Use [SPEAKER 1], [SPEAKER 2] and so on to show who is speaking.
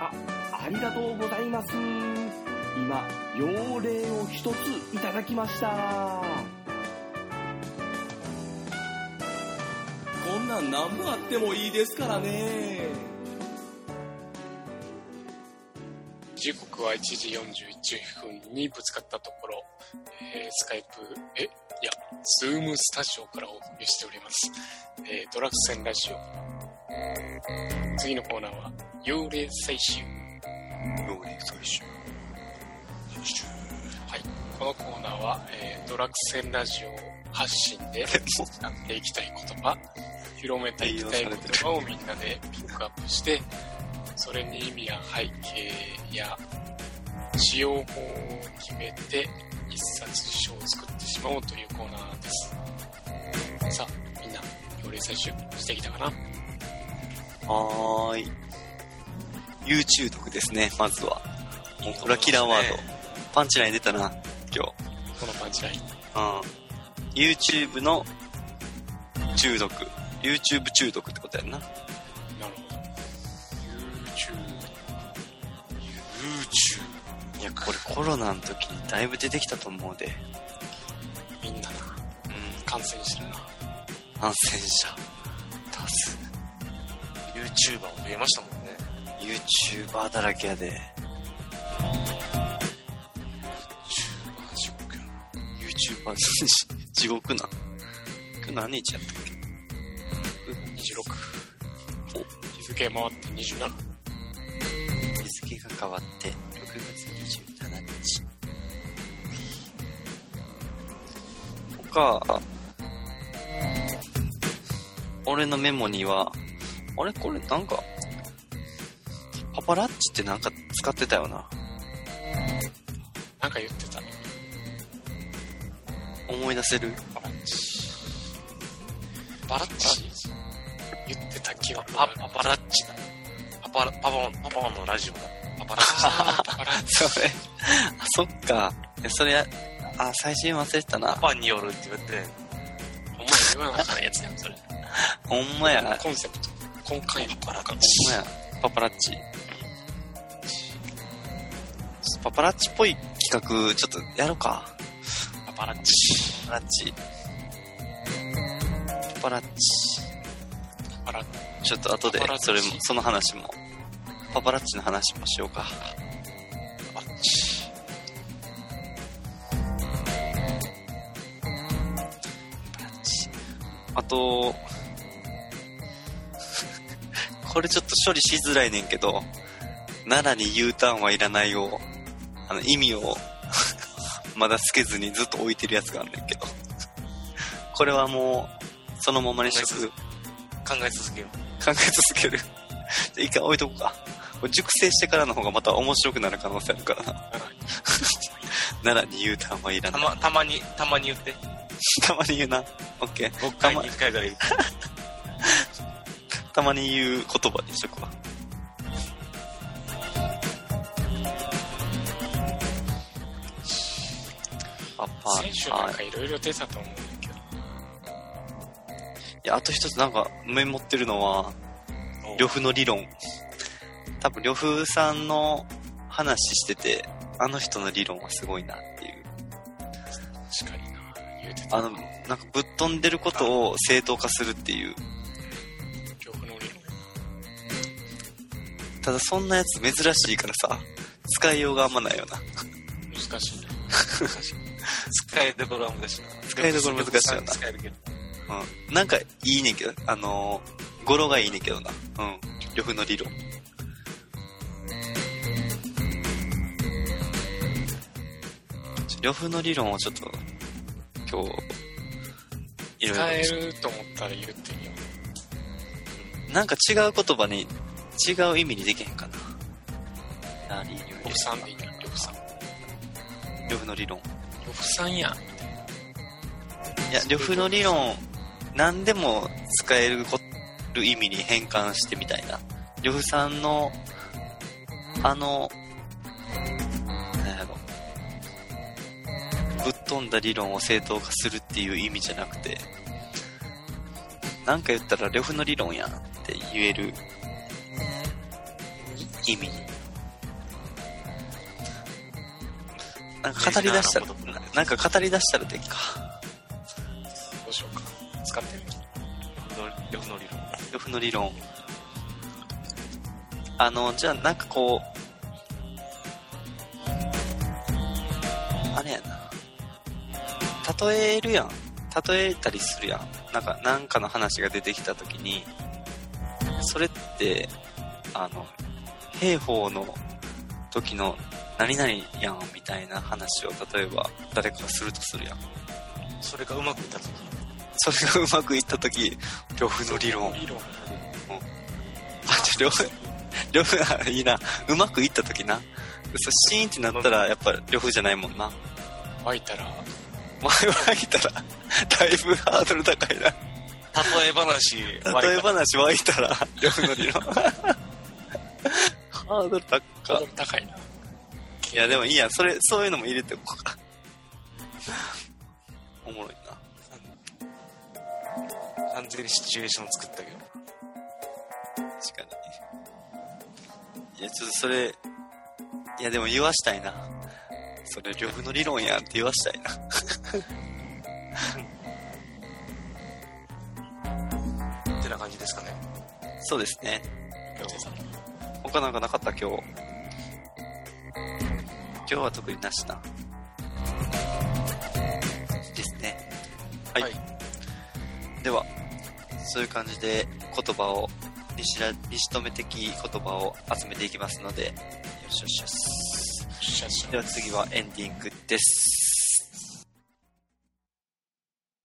[SPEAKER 1] あ、ありがとうございます。今、用例を一ついただきました。こんなん何もあってもいいですからね。
[SPEAKER 2] 時刻は1時41分にぶつかったところ、えースカイプ、え、いや、ズームスタジオからお送りしております。えードラクセンラジオ。次のコーナーは、幽霊採集。
[SPEAKER 3] 料理最終
[SPEAKER 2] はい、このコーナーは、えードラクセンラジオ発信で使っていきたい言葉広めていきたい言葉をみんなでピックアップしてそれに意味や背景や使用法を決めて一冊書を作ってしまおうというコーナーですさあみんな行列採集してきたかな
[SPEAKER 3] はーい YouTube 得ですねまずはもうこれはキラーワード、パンチライン出たな今
[SPEAKER 2] このパンチライン
[SPEAKER 3] 日、うん、YouTube の中毒 YouTube 中毒ってことやんな
[SPEAKER 2] なるほど YouTube
[SPEAKER 3] いやこれコロナの時にだいぶ出てきたと思うで、
[SPEAKER 2] みんなな
[SPEAKER 3] うん、
[SPEAKER 2] 感染してるな
[SPEAKER 3] 感染者
[SPEAKER 4] 多数 YouTuber も増えましたもんね
[SPEAKER 3] YouTuber だらけやで
[SPEAKER 2] YouTuber 地獄やな
[SPEAKER 3] YouTuber 地獄な今日何日やったっけ
[SPEAKER 2] 26日付回って27
[SPEAKER 3] 日付が変わって6月27日他俺のメモにはあれこれなんかパパラッチってなんか使ってたよな
[SPEAKER 2] なんか言ってた
[SPEAKER 3] 思い出せる
[SPEAKER 2] バラッチバラッチ言ってた気が
[SPEAKER 4] パパパラッチだパパラパパンパパンのラジオだパパラッチ
[SPEAKER 2] バラッチ
[SPEAKER 3] それあそっかいやそれあ最新忘れてたな
[SPEAKER 4] パパンによるって言われて
[SPEAKER 2] お前言わなあかったやつやんそれ
[SPEAKER 3] ほんまや
[SPEAKER 2] コンセプト根幹やバラッ
[SPEAKER 3] ほんまやパパラッチパパラッチっぽい企画ちょっとやろうか
[SPEAKER 2] パパラッチ
[SPEAKER 3] パパラッチパパラッチ
[SPEAKER 2] パパラッ
[SPEAKER 3] ちょっと後で
[SPEAKER 2] パパラッチ
[SPEAKER 3] それもその話もパパラッチの話もしようか
[SPEAKER 2] チ
[SPEAKER 3] パパラッチあと これちょっと処理しづらいねんけど奈良に U ターンはいらないをあの意味を まだつけずにずっと置いてるやつがあんねんけどこれはもうそのままにしとく
[SPEAKER 4] 考え続けよう
[SPEAKER 3] 考え続けるじゃあ一回置いとこうかこれ熟成してからの方がまた面白くなる可能性あるからな 奈良に U ターンはいら
[SPEAKER 4] た
[SPEAKER 3] ない
[SPEAKER 4] またまにたまに言って
[SPEAKER 3] たまに言うなオッケー
[SPEAKER 4] 5回に1回ぐらい言って
[SPEAKER 3] たまに言う言葉にしとくわパ
[SPEAKER 2] 先週な
[SPEAKER 3] パ
[SPEAKER 2] んかいろいろ出たと思うんだけど
[SPEAKER 3] いやあと一つなんかメモってるのは呂布の理論多分呂布さんの話しててあの人の理論はすごいなっていう
[SPEAKER 2] 確かにな言うてた
[SPEAKER 3] あの、なんかぶっ飛んでることを正当化するっていう。
[SPEAKER 2] 恐怖の理論
[SPEAKER 3] ただそんなやつ珍しいからさ、使いようがあんまないよな。
[SPEAKER 2] 難しいね
[SPEAKER 4] 使いどころは難しいな
[SPEAKER 3] 使いどころ難しいよな
[SPEAKER 4] 使えるけど
[SPEAKER 3] うん。なんかいいねんけど、あのー、語呂がいいねんけどな。うん。呂布の理論。ちょ呂布の理論をちょっと、今日、いろいろ
[SPEAKER 2] 使えると思ったら言ってみよう
[SPEAKER 3] なんか違う言葉に、違う意味にできへんかな。ラリーニ
[SPEAKER 2] 呂布さんでいいな呂布さん
[SPEAKER 3] 呂布の理論。
[SPEAKER 2] 呂布さんやん
[SPEAKER 3] いや、呂布の理論、何でも使えるこる意味に変換してみたいな。呂布さんの、あの、なんやろ。ぶっ飛んだ理論を正当化するっていう意味じゃなくて、なんか言ったら呂布の理論やんって言える意味になんか語り出したら
[SPEAKER 4] メジャーなこ、
[SPEAKER 3] なんか語り出したらでっか。
[SPEAKER 2] どうしようか。使ってみる。
[SPEAKER 4] よくのりろ。
[SPEAKER 3] 呂布の理論。あの、じゃあなんかこう、あれやな。例えるやん。例えたりするやん。なんか、なんかの話が出てきたときに、それって、あの、兵法の時の何々やんみたいな話を例えば誰かがするとするやん。
[SPEAKER 4] それがうまくいったとき。
[SPEAKER 3] それがうまくいった時呂布の理論
[SPEAKER 2] 理論。
[SPEAKER 3] あじゃあ呂布呂布あいいなうまくいった時なそうシーンってなったらやっぱ呂布じゃないもんな
[SPEAKER 2] 湧いたら、
[SPEAKER 3] 前湧いたらだいぶハードル高いな
[SPEAKER 4] 例え話、
[SPEAKER 3] 例え話湧いたら呂布の理論ハードル高
[SPEAKER 2] ハード
[SPEAKER 3] い
[SPEAKER 2] ル高いな。
[SPEAKER 3] いやでもいいやそれそういうのも入れておこうかおもろいな
[SPEAKER 4] 完全にシチュエーション作ったけど。
[SPEAKER 3] 確かにいやちょっとそれいやでも言わしたいなそれ呂布の理論やんって言わしたいな
[SPEAKER 4] ってな感じですかね。
[SPEAKER 3] そうですね
[SPEAKER 4] よう
[SPEAKER 3] 他なんかなかった今日今日は特になしなですねはい、
[SPEAKER 2] はい
[SPEAKER 3] ではそういう感じで言葉を西ら西留的言葉を集めていきますのでよろしくお願いします
[SPEAKER 2] シャッシャッ
[SPEAKER 3] では次はエンディングです